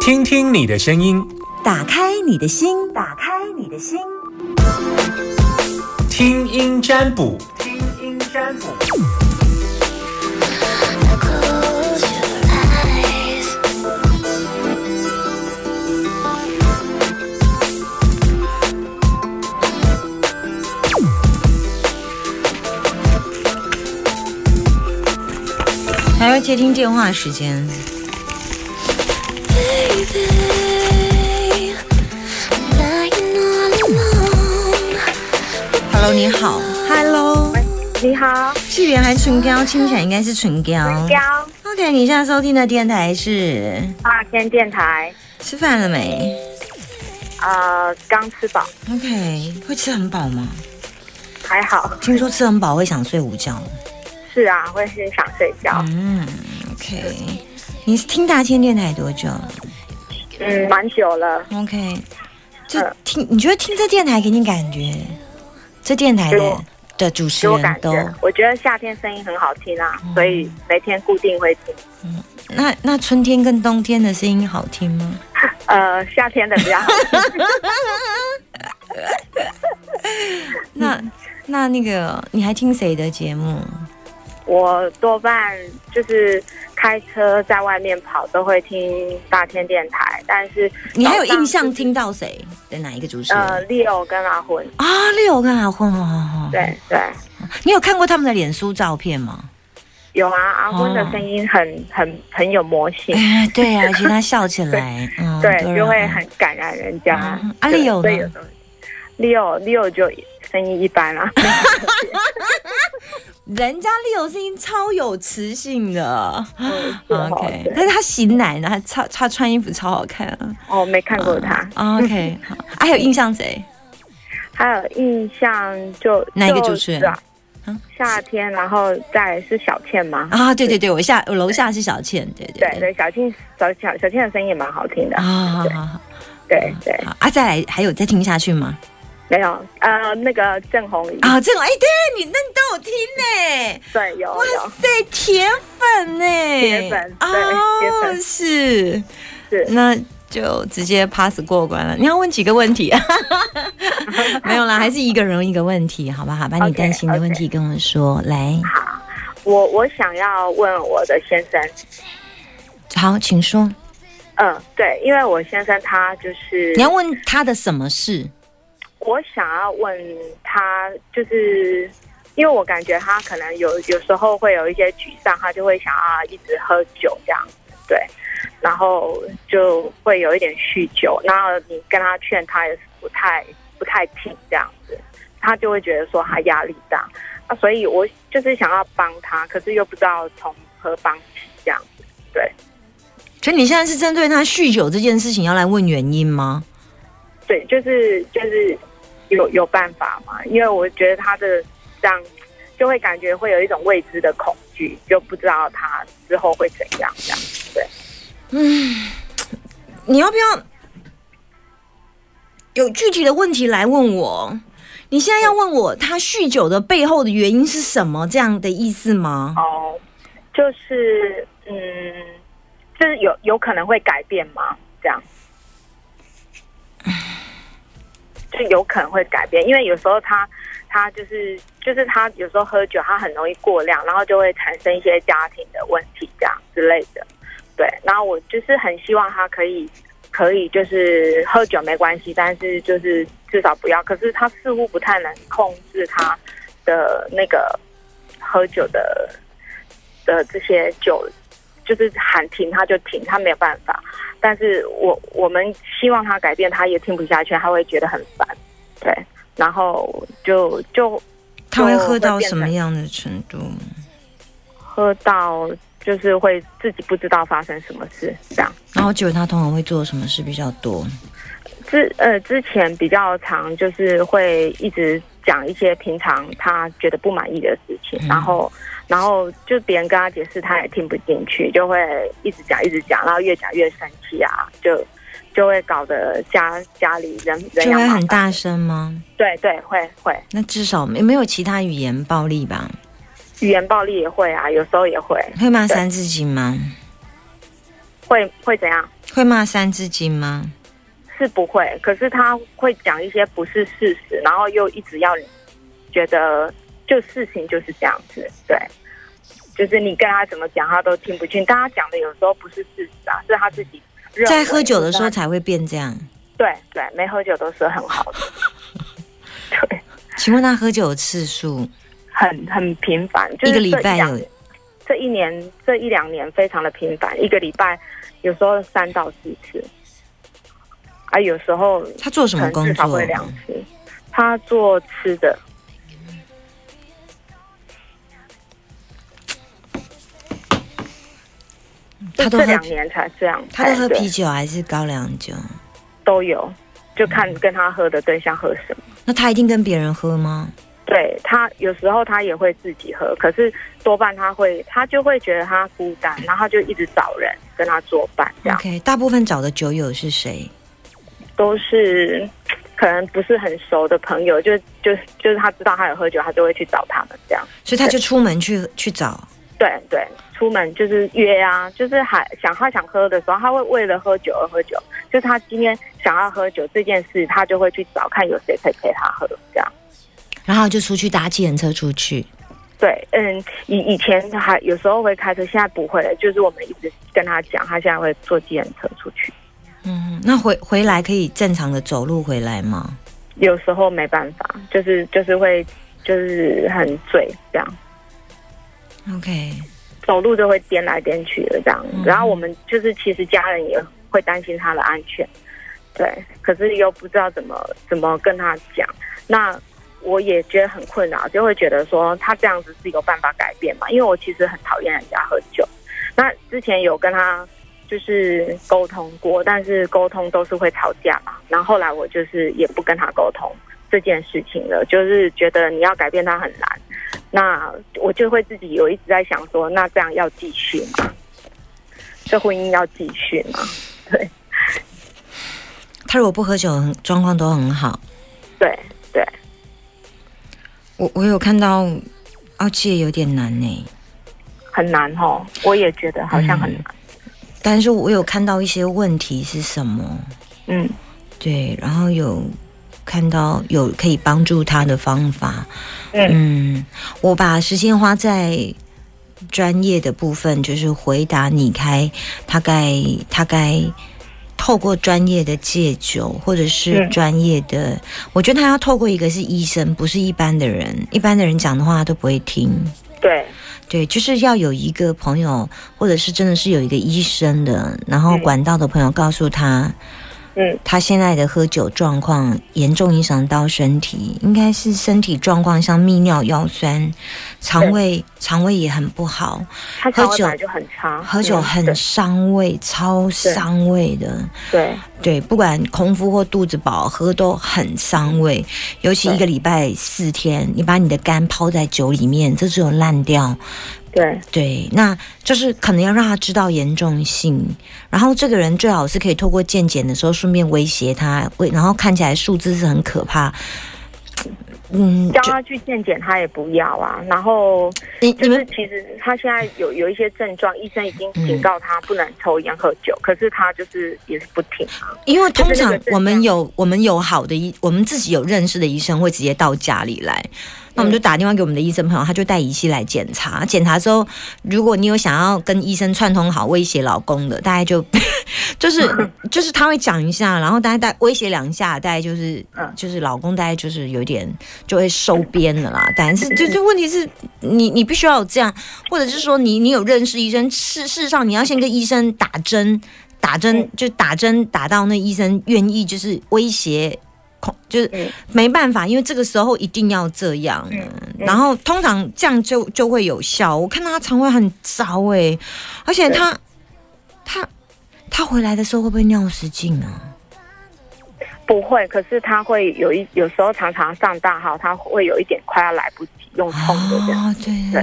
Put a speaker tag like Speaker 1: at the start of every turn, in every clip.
Speaker 1: 听听你的声音，
Speaker 2: 打开你的心，打开你的心，
Speaker 1: 听音占卜，听音占卜。
Speaker 3: Close your eyes.
Speaker 2: 还要接听电话时间。
Speaker 3: Baby, I'm lying all alone.
Speaker 2: Hello，你好，Hello，
Speaker 4: 你好，
Speaker 2: 志源还唇膏，听起来应该是唇膏。
Speaker 4: 幺
Speaker 2: OK，你现在收听的电台是
Speaker 4: 霸天电台，
Speaker 2: 吃饭了没
Speaker 4: 呃，刚吃饱，
Speaker 2: ？OK，会吃很饱吗？
Speaker 4: 还好。
Speaker 2: 听说吃很饱会想睡午觉。
Speaker 4: 是啊，我也是想睡觉，
Speaker 2: 嗯，OK，你是听大千电台多久
Speaker 4: 嗯，蛮久了，
Speaker 2: ？OK，这
Speaker 4: 呃
Speaker 2: 听、你觉得听这电台给你感觉？这电台
Speaker 4: 给
Speaker 2: 的
Speaker 4: 我
Speaker 2: 的主持
Speaker 4: 给我
Speaker 2: 人
Speaker 4: 感
Speaker 2: 都嗯
Speaker 4: 觉，我觉得夏天声音很好听啊，所以每天固定会听。
Speaker 2: 那那春天跟冬天的声音好听吗？
Speaker 4: 呃，夏天的比 较好听，
Speaker 2: 那
Speaker 4: 嗯
Speaker 2: 那那个你还听谁的节目？
Speaker 4: 我多半就是开车在外面跑都会听霸天电台，但是
Speaker 2: 你还有
Speaker 4: 早上
Speaker 2: 印象
Speaker 4: 就是
Speaker 2: 听到谁的哪一个主持人？
Speaker 4: 呃，Leo 跟阿混，
Speaker 2: 啊，六个啊，混混混混。，
Speaker 4: 对对，
Speaker 2: 你有看过他们的脸书照片吗？
Speaker 4: 有啊，阿混
Speaker 2: 哦
Speaker 4: 的声音很很很有魔性。
Speaker 2: 哎，对啊，而且他笑起来，嗯，
Speaker 4: 对，
Speaker 2: 多
Speaker 4: 就
Speaker 2: 让
Speaker 4: 会
Speaker 2: 人
Speaker 4: 很感染人家。
Speaker 2: 嗯啊
Speaker 4: 对
Speaker 2: Leo
Speaker 4: 所以
Speaker 2: 呢
Speaker 4: 有时候，Leo Leo 就生意一般啦。
Speaker 2: 人家六声音超有磁性的。 啊
Speaker 4: 嗯是哦
Speaker 2: OK，
Speaker 4: 对
Speaker 2: 但是他型男呢，他超他穿衣服超好看啊。
Speaker 4: 哦，没看过
Speaker 2: 嗯
Speaker 4: 他，
Speaker 2: OK，好，啊还有印象谁？
Speaker 4: 还有印象就
Speaker 2: 哪一个
Speaker 4: 就
Speaker 2: 主持人
Speaker 4: 是啊
Speaker 2: 嗯
Speaker 4: 夏天，然后再来是小倩吗？
Speaker 2: 啊，对对对，我下我楼下是小倩，对对
Speaker 4: 对对，小倩小小小倩的声音也蛮好听的
Speaker 2: 啊，。好好好
Speaker 4: 对对，
Speaker 2: 好啊，再来还有再听下去吗？
Speaker 4: 没有呃，那个郑红怡，
Speaker 2: 啊，这个哎，对你那你都有听呢，
Speaker 4: 对有
Speaker 2: 哇
Speaker 4: 哦有
Speaker 2: 塞，铁粉呢，
Speaker 4: 铁粉对铁
Speaker 2: 哦，
Speaker 4: 粉
Speaker 2: 是
Speaker 4: 是
Speaker 2: 那就直接 pass 过关了。你要问几个问题 啊？没有啦，还是一个人一个问题，好不好？把你
Speaker 4: OK，
Speaker 2: 担心的问题跟我说来。
Speaker 4: 我我想要问我的先生，
Speaker 2: 好，请说。
Speaker 4: 嗯，对，因为我先生他就是
Speaker 2: 你要问他的什么事？
Speaker 4: 我想要问他，就是因为我感觉他可能有有时候会有一些沮丧，他就会想要一直喝酒这样，对，然后就会有一点酗酒，然后你跟他劝他也是不太不太听这样子，他就会觉得说他压力大，那所以我就是想要帮他，可是又不知道从何帮起这样子，对
Speaker 2: 所以你现在是针对他酗酒这件事情要来问原因吗？
Speaker 4: 对，就是就是有有办法嘛，因为我觉得他的这样就会感觉会有一种未知的恐惧，就不知道他之后会怎样这样。
Speaker 2: 你要不要有具体的问题来问我？你现在要问我他酗酒的背后的原因是什么？这样的意思吗？
Speaker 4: 哦，就是嗯，就是有有可能会改变吗？这样。就有可能会改变，因为有时候他，他就是就是他有时候喝酒，他很容易过量，然后就会产生一些家庭的问题这样之类的。对，然后我就是很希望他可以可以就是喝酒没关系，但是就是至少不要。可是他似乎不太能控制他的那个喝酒的的这些酒，就是喊停他就停，他没有办法。但是我我们希望他改变，他也听不下去，他会觉得很烦，对。然后就就
Speaker 2: 他会喝到什么样的程度？
Speaker 4: 喝到，就是会自己不知道发生什么事这样。
Speaker 2: 然后酒他通常会做什么事比较多？
Speaker 4: 之呃之前比较常就是会一直讲一些平常他觉得不满意的事
Speaker 2: 嗯
Speaker 4: 情，然后然后就别人跟他解释，他也听不进去，就会一直讲一直讲，然后越讲越生气啊，就就会搞得家家里人人
Speaker 2: 就
Speaker 4: 仰
Speaker 2: 会
Speaker 4: 马
Speaker 2: 很
Speaker 4: 翻。
Speaker 2: 大声吗？
Speaker 4: 对对，会会
Speaker 2: 那至少没没有其他语言暴力吧？
Speaker 4: 语言暴力也会啊，有时候也会。
Speaker 2: 会骂
Speaker 4: 对
Speaker 2: 三字经吗？
Speaker 4: 会会怎样？
Speaker 2: 会骂三字经吗？
Speaker 4: 是不会，可是他会讲一些不是事实，然后又一直要你觉得就事情就是这样子，对，就是你跟他怎么讲他都听不进，但他讲的有时候不是事实啊，是他自己认为
Speaker 2: 在喝酒的时候，才会变这样。
Speaker 4: 对对，没喝酒都是很好的，对，
Speaker 2: 请问他喝酒的次数
Speaker 4: 很很频繁，就是
Speaker 2: 一个礼
Speaker 4: 这
Speaker 2: 拜
Speaker 4: 两
Speaker 2: 有
Speaker 4: 这一年这一两年非常的频繁，一个礼拜有时候三到四次，啊，有时候
Speaker 2: 他做什
Speaker 4: 可
Speaker 2: 么
Speaker 4: 能
Speaker 2: 工
Speaker 4: 至少
Speaker 2: 作
Speaker 4: 会？两次。他做吃的，
Speaker 2: 他都
Speaker 4: 这
Speaker 2: 喝
Speaker 4: 两年才这样，
Speaker 2: 他都喝
Speaker 4: 哎对
Speaker 2: 啤酒还是高粱酒？
Speaker 4: 都有，就看跟他喝的对象喝什么。
Speaker 2: 那他一定跟别人喝吗？
Speaker 4: 对他有时候他也会自己喝，可是多半他会他就会觉得他孤单，然后他就一直找人跟他作伴，这样
Speaker 2: OK，大部分找的酒友是谁？
Speaker 4: 都是可能不是很熟的朋友，就就就是他知道他有喝酒，他就会去找他们这样。
Speaker 2: 所以他就出门去去找。
Speaker 4: 对对，出门就是约啊，就是还想他想喝的时候，他会为了喝酒而喝酒。就是他今天想要喝酒这件事，他就会去找看有谁可以陪他喝这样。
Speaker 2: 然后就出去搭计程车出去，
Speaker 4: 对，嗯，以以前还有时候会开车，现在不会了。就是我们一直跟他讲，他现在会坐计程车出去，
Speaker 2: 嗯，那回回来可以正常的走路回来吗？
Speaker 4: 有时候没办法，就是就是会就是很醉这样。
Speaker 2: ？OK，
Speaker 4: 走路就会颠来颠去的这样
Speaker 2: 嗯。
Speaker 4: 然后我们就是其实家人也会担心他的安全，对，可是又不知道怎么怎么跟他讲。那我也觉得很困扰，就会觉得说他这样子是有办法改变嘛？因为我其实很讨厌人家喝酒。那之前有跟他就是沟通过，但是沟通都是会吵架嘛。然后后来我就是也不跟他沟通这件事情了，就是觉得你要改变他很难。那我就会自己有一直在想说，那这样要继续吗？这婚姻要继续吗？
Speaker 2: 他如果不喝酒，很状况都很好。
Speaker 4: 对对，
Speaker 2: 我我有看到要戒有点难呢、
Speaker 4: 很难哦，我也觉得好像很
Speaker 2: 嗯
Speaker 4: 难。
Speaker 2: 但是我有看到一些问题是什么，
Speaker 4: 嗯
Speaker 2: 对，然后有看到有可以帮助他的方法，
Speaker 4: 嗯
Speaker 2: 嗯，我把时间花在专业的部分，就是回答你开他该他该透过专业的戒酒，或者是
Speaker 4: 嗯
Speaker 2: 专业的，我觉得他要透过一个是医生，不是一般的人，一般的人讲的话他都不会听，
Speaker 4: 对
Speaker 2: 对，就是要有一个朋友，或者是真的是有一个医生的，然后
Speaker 4: 嗯
Speaker 2: 管道的朋友告诉他，
Speaker 4: 嗯，
Speaker 2: 他现在的喝酒状况严重影响到身体，应该是身体状况像泌尿、腰酸，肠
Speaker 4: 对
Speaker 2: 胃肠胃也很不好，
Speaker 4: 他肠
Speaker 2: 喝
Speaker 4: 胃
Speaker 2: 酒
Speaker 4: 本来就很差，
Speaker 2: 喝酒
Speaker 4: 嗯
Speaker 2: 很
Speaker 4: 对
Speaker 2: 伤胃，超伤胃的。
Speaker 4: 对
Speaker 2: 对，不管空腹或肚子饱，喝都很伤胃，尤其一
Speaker 4: 对
Speaker 2: 个礼拜四天，你把你的肝泡在酒里面，这只有烂掉。
Speaker 4: 对
Speaker 2: 对，那就是可能要让他知道严重性，然后这个人最好是可以透过健检的时候顺便威胁他，威然后看起来数字是很可怕。嗯，
Speaker 4: 叫
Speaker 2: 就
Speaker 4: 他去健检，他也不要啊。然后
Speaker 2: 你
Speaker 4: 就
Speaker 2: 你
Speaker 4: 是
Speaker 2: 们
Speaker 4: 其实他现在有有一些症状，医生已经
Speaker 2: 嗯
Speaker 4: 警告他不能抽烟喝酒，可是他就是也是不听啊。
Speaker 2: 因为通
Speaker 4: 就是那
Speaker 2: 常
Speaker 4: 个症
Speaker 2: 我们
Speaker 4: 状
Speaker 2: 有我们有好的医，我们自己有认识的医生会直接到家里来，那我们就打电话给我们的医生朋友，他就带仪器来检查，检查之后，如果你有想要跟医生串通好威胁老公的，大概就 就是就是他会讲一下，然后大概大威胁两下，大概就是
Speaker 4: 嗯
Speaker 2: 就是老公大概就是有点就会收编了啦。但
Speaker 4: 嗯
Speaker 2: 是就就问题是你你必须要有这样，或者是说你你有认识医生，事事实上你要先跟医生打针。打针
Speaker 4: 嗯
Speaker 2: 就打针，打到那医生愿意，就是威胁恐就是
Speaker 4: 嗯
Speaker 2: 没办法，因为这个时候一定要这样。然后通常这样就就会有效。我看到他肠胃很糟哎、而且他他他回来的时候会不会尿失禁啊？
Speaker 4: 不会，可是他会有一有时候常常上大号，他会有一点快要来不及用冲的这样，
Speaker 2: 啊，对
Speaker 4: 哦对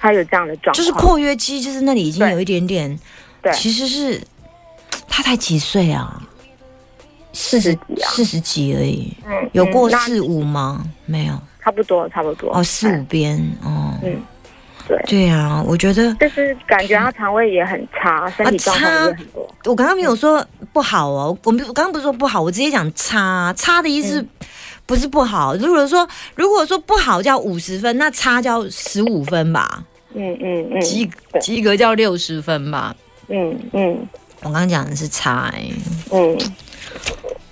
Speaker 4: 他有这样的状况，
Speaker 2: 就是括约肌，就是那里已经
Speaker 4: 对
Speaker 2: 有一点点，
Speaker 4: 对
Speaker 2: 其实是他才几岁啊？四
Speaker 4: 十几啊
Speaker 2: 四十几而已，
Speaker 4: 嗯
Speaker 2: 有过
Speaker 4: 嗯那
Speaker 2: 四五吗？没有，
Speaker 4: 差不多差不多
Speaker 2: 哦，四
Speaker 4: 哎
Speaker 2: 五边哦，
Speaker 4: 嗯对，
Speaker 2: 对啊，我觉得
Speaker 4: 就是感觉他肠胃也很差，身体状
Speaker 2: 啊
Speaker 4: 况也很多。
Speaker 2: 我刚刚没有说不好哦，我们我刚刚不是说不好，我直接讲差，差的意思
Speaker 4: 嗯
Speaker 2: 不是不好。如果说如果说不好叫五十分，那差叫十五分吧，
Speaker 4: 嗯嗯嗯
Speaker 2: 及
Speaker 4: 对
Speaker 2: 及格叫六十分吧。
Speaker 4: 嗯嗯
Speaker 2: 我刚刚讲的是差、欸，
Speaker 4: 嗯，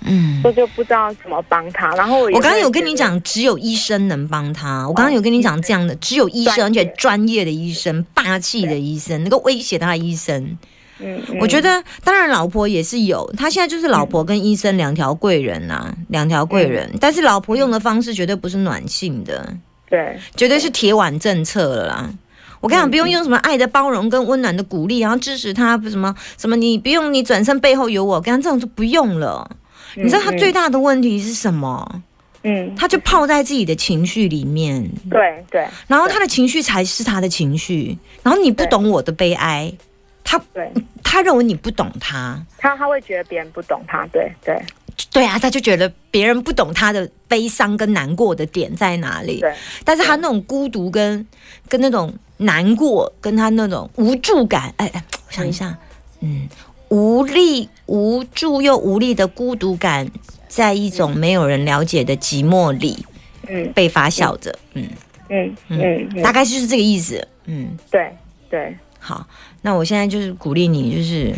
Speaker 2: 嗯。
Speaker 4: 我就不知道怎么帮他。然后我也
Speaker 2: 我刚刚
Speaker 4: 会
Speaker 2: 有跟
Speaker 4: 觉
Speaker 2: 你
Speaker 4: 得，
Speaker 2: 讲，只有医生能帮他。我刚刚有跟你讲这样的，只有医生，而
Speaker 4: 专业
Speaker 2: 且专业的医生、霸气的医生，能够威胁他的医生。
Speaker 4: 嗯，
Speaker 2: 我觉
Speaker 4: 得
Speaker 2: 得，当然老婆也是有，他现在就是老婆跟医生两条贵人呐、两条贵人。
Speaker 4: 嗯
Speaker 2: 但是老婆用的方式绝对不是暖性的，
Speaker 4: 对，
Speaker 2: 绝对是铁腕政策了啦。我
Speaker 4: 嗯
Speaker 2: 跟你讲，不用用什么爱的包容跟温暖的鼓励，然后支持他什么什么，你不用你转身背后有我，跟他这种就不用了。
Speaker 4: 嗯
Speaker 2: 你知道他最大的问题是什么？
Speaker 4: 嗯，嗯
Speaker 2: 他就泡在自己的情绪里面，
Speaker 4: 对对
Speaker 2: 然后他的情绪才是他的情绪，然后你不懂我的悲哀，他
Speaker 4: 对，
Speaker 2: 他认为你不懂他，
Speaker 4: 他他会觉得别人不懂他，对对
Speaker 2: 对啊，他就觉得别人不懂他的悲伤跟难过的点在哪里，
Speaker 4: 对，
Speaker 2: 但是他那种孤独跟跟那种难过，跟他那种无助感，哎哎，我想一下，嗯，无力、无助又无力的孤独感，在一种没有人了解的寂寞里
Speaker 4: 嗯
Speaker 2: 被发酵着，嗯。
Speaker 4: 嗯嗯嗯，
Speaker 2: 大概就是这个意思。嗯，
Speaker 4: 对对，
Speaker 2: 好，那我现在就是鼓励你，就是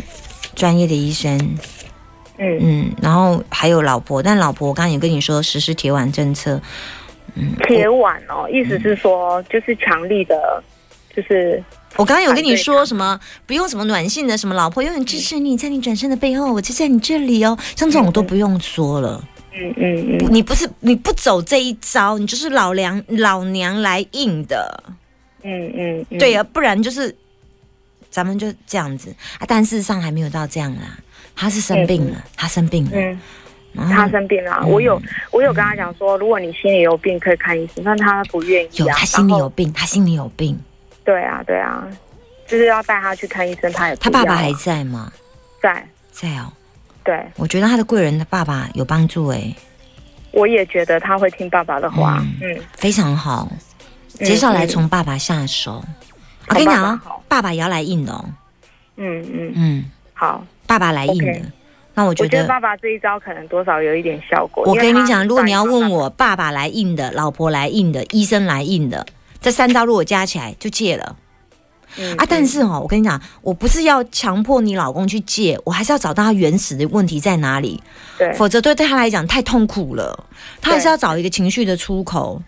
Speaker 2: 专业的医生，
Speaker 4: 嗯，
Speaker 2: 嗯，然后还有老婆，但老婆我刚刚也跟你说实施铁腕政策，
Speaker 4: 铁腕哦，意思是说就是强力的，就是
Speaker 2: 我刚刚有跟你
Speaker 4: 反对
Speaker 2: 说
Speaker 4: 他
Speaker 2: 什么不用什么暖性的，什么老婆永远支持你，在你转身的背后，我就在你这里哦，像这种我都不用说了，
Speaker 4: 嗯嗯嗯
Speaker 2: 你不是你不走这一招，你就是老娘老娘来硬的，
Speaker 4: 嗯嗯，嗯
Speaker 2: 对，啊，不然就是咱们就这样子啊，但事实上还没有到这样啦。他是生病了，他生病了，
Speaker 4: 嗯。
Speaker 2: 然后
Speaker 4: 他生病了、
Speaker 2: 嗯
Speaker 4: 我有我有跟他讲说，如果你心里有病可以看医生，但他不愿意
Speaker 2: 有
Speaker 4: 啊。
Speaker 2: 他心里
Speaker 4: 然
Speaker 2: 有
Speaker 4: 后
Speaker 2: 病，他心里有病，
Speaker 4: 对啊对啊，就是要带他去看医生，他也不
Speaker 2: 他爸爸
Speaker 4: 要啊
Speaker 2: 还在吗？
Speaker 4: 在。
Speaker 2: 在哦，
Speaker 4: 对，
Speaker 2: 我觉得他的贵人的爸爸有帮助哎，
Speaker 4: 我也觉得他会听爸爸的话。嗯，
Speaker 2: 非常好。接下来从爸爸下手，我跟
Speaker 4: 从
Speaker 2: 你
Speaker 4: 爸爸
Speaker 2: 讲哦
Speaker 4: 好，
Speaker 2: 爸爸也要来硬的哦，
Speaker 4: 嗯嗯嗯
Speaker 2: 嗯，
Speaker 4: 好，
Speaker 2: 爸爸来硬的
Speaker 4: OK。
Speaker 2: 那我
Speaker 4: 我
Speaker 2: 觉
Speaker 4: 觉得
Speaker 2: 得，
Speaker 4: 爸爸这一招可能多少有一点效果。
Speaker 2: 我
Speaker 4: 因为
Speaker 2: 跟
Speaker 4: 他
Speaker 2: 你讲，如果你要问
Speaker 4: 上一招
Speaker 2: 我，爸爸来硬的，老婆来硬的，医生来硬的，这三招如果加起来就戒了。
Speaker 4: 嗯
Speaker 2: 啊，但是哦，我跟你讲，我不是要强迫你老公去戒，我还是要找到他原始的问题在哪里，
Speaker 4: 对，
Speaker 2: 否则对对他来讲太痛苦了。他还是
Speaker 4: 对
Speaker 2: 要找一个情绪的出口。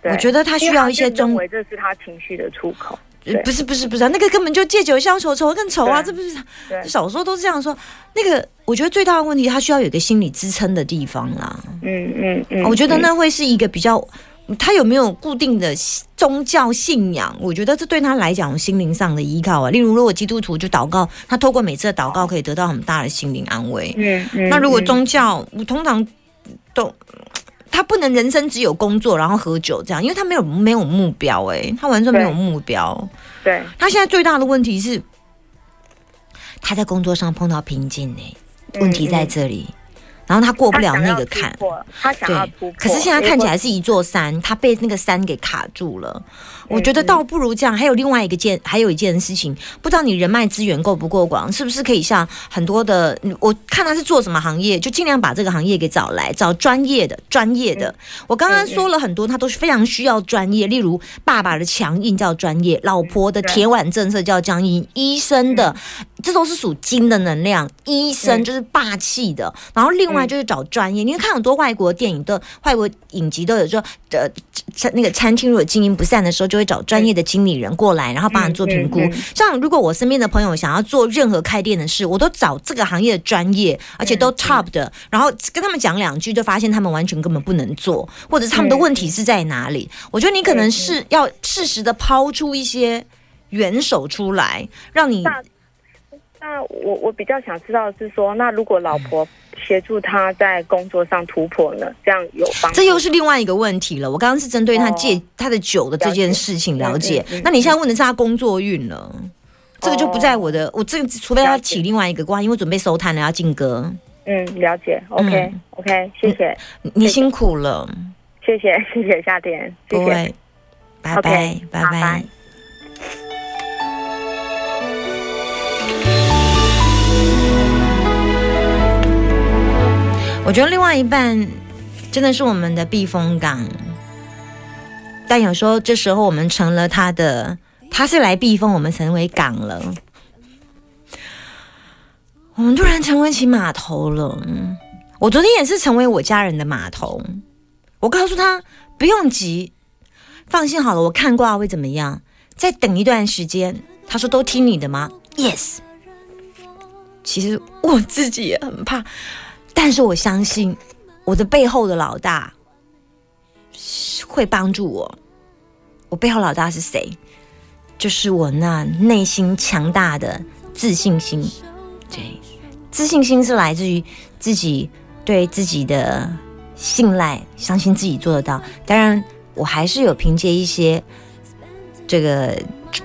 Speaker 4: 对
Speaker 2: 我觉得他需要一些
Speaker 4: 因为他就
Speaker 2: 中
Speaker 4: 认为这是他情绪的出口。
Speaker 2: 呃
Speaker 4: 对
Speaker 2: 不是不是不是、啊，那个根本就借酒消愁，愁更愁啊！这
Speaker 4: 对
Speaker 2: 不是
Speaker 4: 对
Speaker 2: 小说都是这样说。那个，我觉得最大的问题，他需要有一个心理支撑的地方啦。
Speaker 4: 嗯嗯嗯，
Speaker 2: 我觉得
Speaker 4: 嗯？
Speaker 2: 那会是一个比较，他有没有固定的宗教信仰？我觉得这对他来讲有心灵上的依靠啊。例如，如果基督徒就祷告，他透过每次的祷告可以得到很大的心灵安慰。
Speaker 4: 嗯嗯，
Speaker 2: 那如果
Speaker 4: 嗯
Speaker 2: 宗教，我通常都。他不能人生只有工作，然后喝酒这样，因为他没有没有目标哎、他完全没有
Speaker 4: 对
Speaker 2: 目标。
Speaker 4: 对
Speaker 2: 他现在最大的问题是，他在工作上碰到瓶颈呢、
Speaker 4: 嗯
Speaker 2: 问题在这里，然后他过不了那个
Speaker 4: 他想要
Speaker 2: 坎
Speaker 4: 突。破，他想要
Speaker 2: 对
Speaker 4: 突破，，
Speaker 2: 可是现在看起来是一座山，他被那个山给卡住了。我
Speaker 4: 嗯
Speaker 2: 觉得倒不如这样。还有另外一个件，还有一件事情，不知道你人脉资源够不够广，是不是可以像很多的，嗯我看他是做什么行业，就尽量把这个行业给找来，找专业的，专业
Speaker 4: 嗯
Speaker 2: 的。我刚刚说了很多，他都是非常需要专业，例如爸爸的强硬叫专业，老婆的
Speaker 4: 嗯对
Speaker 2: 铁腕政策叫僵硬，医生的。这都是属金的能量，医生
Speaker 4: 嗯
Speaker 2: 就是霸气的，然后另外就是找专业。你会看很多外国电影的外国影集都有说，呃，餐那个餐厅如果经营不善的时候，就会找专业的经理人过来，然后帮你做评估
Speaker 4: 嗯嗯嗯。
Speaker 2: 像如果我身边的朋友想要做任何开店的事，我都找这个行业的专业，而且都 top 的，然后跟他们讲两句，就发现他们完全根本不能做，或者是他们的
Speaker 4: 嗯
Speaker 2: 问题是在哪里。我觉得你可能是要适时的抛出一些援手出来，让你。
Speaker 4: 那那我我比较想知道的是说，那如果
Speaker 2: 嗯
Speaker 4: 老婆协助他在工作上突破呢，这样有帮助？
Speaker 2: 这又是另外一个问题了。我刚刚是针对他戒、
Speaker 4: 哦
Speaker 2: 他的酒的这件事情了
Speaker 4: 了解
Speaker 2: 解，
Speaker 4: 嗯嗯嗯
Speaker 2: 那你现在问的是他工作运了，这个就不在我的，我这个除非他
Speaker 4: 了解
Speaker 2: 起另外一个卦，因为我准备收摊了，要进歌，
Speaker 4: 嗯，了解。OK、OK，谢
Speaker 2: 嗯
Speaker 4: 谢，
Speaker 2: 你你
Speaker 4: 对
Speaker 2: 辛苦了，
Speaker 4: 谢谢，谢谢夏天，谢
Speaker 2: 各
Speaker 4: 谢。
Speaker 2: 位，拜拜
Speaker 4: OK，
Speaker 2: 拜
Speaker 4: 好拜
Speaker 2: 拜。我觉得另外一半真的是我们的避风港，但有时候这时候我们成了他的，他是来避风，我们成为港了，我们突然成为起码头了。嗯我昨天也是成为我家人的码头，我告诉他不用急，放心好了，我看挂会怎么样，再等一段时间。他说都听你的吗？Yes。其实我自己也很怕，但是我相信我的背后的老大是会帮助我。我背后老大是谁？就是我那内心强大的自信心。对，自信心是来自于自己对自己的信赖，相信自己做得到。当然，我还是有凭借一些这个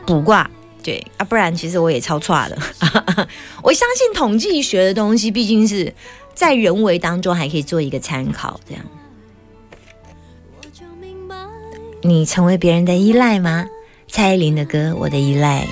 Speaker 2: 卜卦，对啊，不然其实我也超差的。 我相信统计学的东西，毕竟是在人为当中还可以做一个参考。这样，你成为别人的依赖吗？蔡依林的歌《我的依赖》。